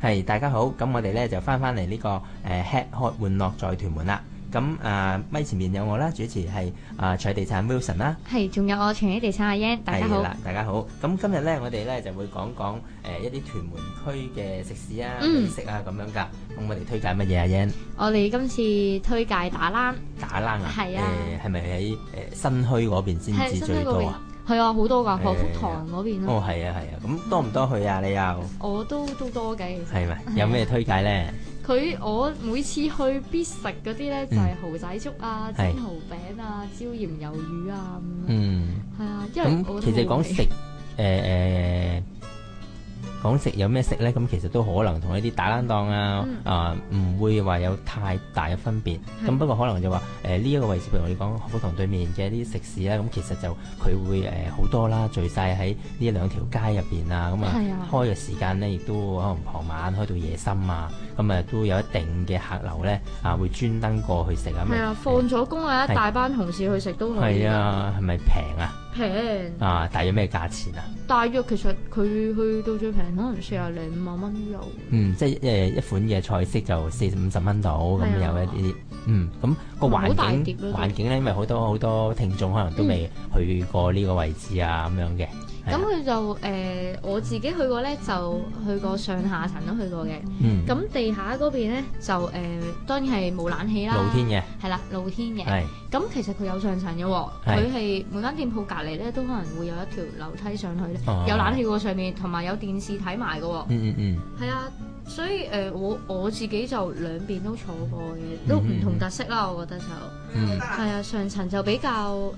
係大家好，咁我哋咧就翻翻嚟呢個誒、呃、吃喝玩樂在屯門啦。咁啊，咪前面有我啦，主持係啊彩地產 Wilson 啦。係，仲有我全喜地產阿 Yan，大家係好。啦，大家好。咁今日咧，我哋咧就會講講誒、呃一啲屯門區嘅食肆啊、嗯美食啊咁樣㗎。咁我哋推介乜嘢啊？Yan 我哋今次推介打冷，打冷啊？係啊誒係咪喺誒新墟嗰邊先係至新區最嗰多邊啊？，係啊，好多㗎，何福堂嗰邊咯。哦，係啊，係啊。咁多唔多去啊？你又我都都多嘅，其實 係咪有咩推介咧？佢我每次去必食嗰啲咧就係蠔仔粥啊、嗯係煎蠔餅啊、椒鹽魷魚啊咁樣。嗯。係啊，因為我咁都其實好講奇食誒誒、呃講食有咩食咧？咁其實都可能同一啲打冷檔啊嗯啊唔會話有太大嘅分別。係咁不過可能就話誒呢一個位置，譬如我哋講學福堂對面嘅啲食肆啦，咁其實就佢會誒好、多啦，聚晒喺呢兩條街入邊啊，咁係啊啊開嘅時間咧，亦都可能傍晚開到夜深啊，咁啊都有一定嘅客流咧啊會專登過去食啊。咁係啊，放咗工啊，係一大班同事去食都可以係，啊，係咪平啊？平啊，大約咩價錢啊？大約其實佢去到最平可能四廿零五萬蚊都有。嗯，即係誒一款嘅菜式就四十五十蚊到，咁係啊有一啲嗯，咁個唔好大環碟啊嗯境咯都環境咧，因為好多好多聽眾可能都未去過呢個位置啊咁樣嘅，係咁啊佢就誒、呃我自己去過咧，就去過上下層都去過嘅。嗯，咁地下嗰邊咧就誒、呃，當然係冇冷氣啦，露天係啦，露天嘅，嘅。係咁其實佢有上層嘅喎，係佢係每間店鋪隔離咧都可能會有一條樓梯上去咧，哦有冷氣喎上面，同埋有電視睇埋嘅喎。嗯嗯嗯，係啊，所以誒、呃我我自己就兩邊都坐過嘅，都唔同特色啦，我覺得就嗯係啊，上層就比較誒誒、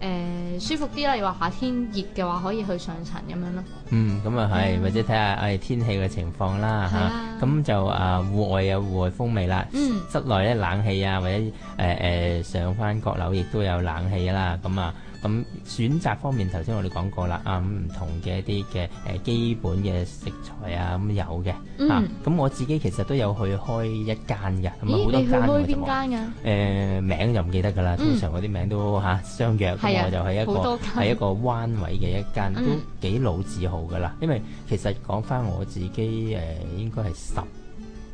呃舒服啲啦。你話夏天熱嘅話，可以去上層咁樣咯。嗯，咁啊係，嗯或者睇下誒天氣嘅情況啦係啊嚇，咁就啊戶外有戶外風味啦，嗯室內咧冷氣啊，或者誒誒上翻閣樓亦都有冷氣啦，咁啊咁選擇方面頭先我哋講過啦，啊咁唔同嘅一啲嘅誒基本嘅食材啊咁有嘅，嗯啊咁我自己其實都有去開一間嘅，咁啊好咦，多你去間我開就邊冇。間㗎？誒、名就唔記得㗎啦，通嗯常嗰啲名都嚇、相約，係咁啊我就係一好個多係一個彎位嘅一間，嗯都幾老字號㗎啦。因為其實講翻我自己誒、應該係十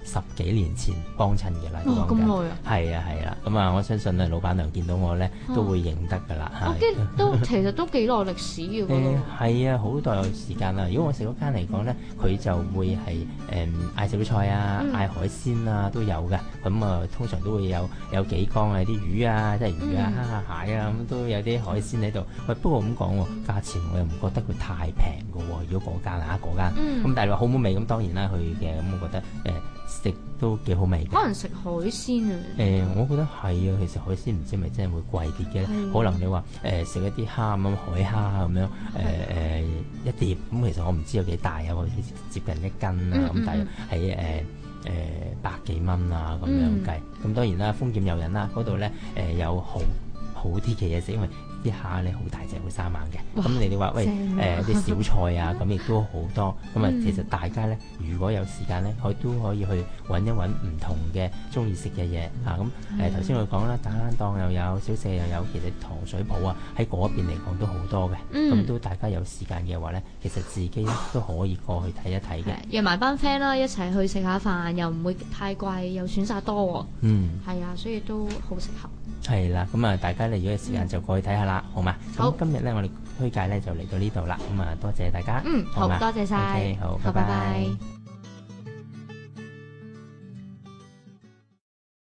十幾年前幫襯㗎啦，都哇講緊咁耐啊！哦係啊係啦，咁啊我相信啊老闆娘見到我咧都會認得㗎啦，我係記得 都其實都幾耐歷史誒嘅喎。係啊，好耐時間啦。如果我食嗰間嚟講咧，佢就會係誒嗌小菜啊、嗯嗌海鮮啊都有嘅。咁啊，通常都會有有幾缸啊，啲魚啊，即係魚嗯啊、蝦蟹啊，咁都有啲海鮮喺度。喂，不過咁講喎，價錢我又唔覺得佢太平嘅喎。如果嗰間啊嗰間，嗯咁、但係話好唔好味咁當然啦，佢嘅咁我覺得誒、食都幾好味嘅。可能食海鮮啊，誒、呃我覺得係啊，其實海鮮唔知咪真係會貴啲嘅咧。係啊可能你話誒食一啲蝦咁海蝦咁樣誒誒、呃一碟咁，其實我唔知有幾大啊，好似接近一斤啦嗯咁，嗯但係喺誒誒百幾蚊啊咁樣嗯計。咁、當然啦，豐儉由人啦，嗰度咧誒有好好啲嘅嘢食，因為啲蝦咧好大隻，好生猛嘅。哇咁你哋話喂誒正啲、啊小菜啊，咁亦都好多。咁啊，嗯其實大家咧，如果有時間咧，佢都可以去揾一揾唔同嘅中意食嘅嘢啊。嗯咁誒頭先我講啦，打冷檔又有，小食又有，其實糖水鋪啊，喺嗰邊嚟講都好多嘅。咁、嗯都大家有時間嘅話咧，其實自己都可以過去睇一睇嘅係。約埋班 friend 啦，一齊去食下飯，又唔會太貴，又選擇多嗯，喎。係啊，所以都好適合。係啦。咁啊，大家你如果有時間就過去睇下啦，好嘛？咁嗯好今日咧，我哋推介咧就嚟到呢度啦。咁啊，多謝大家。嗯，好嘛多謝晒 OK，好，好，拜拜拜拜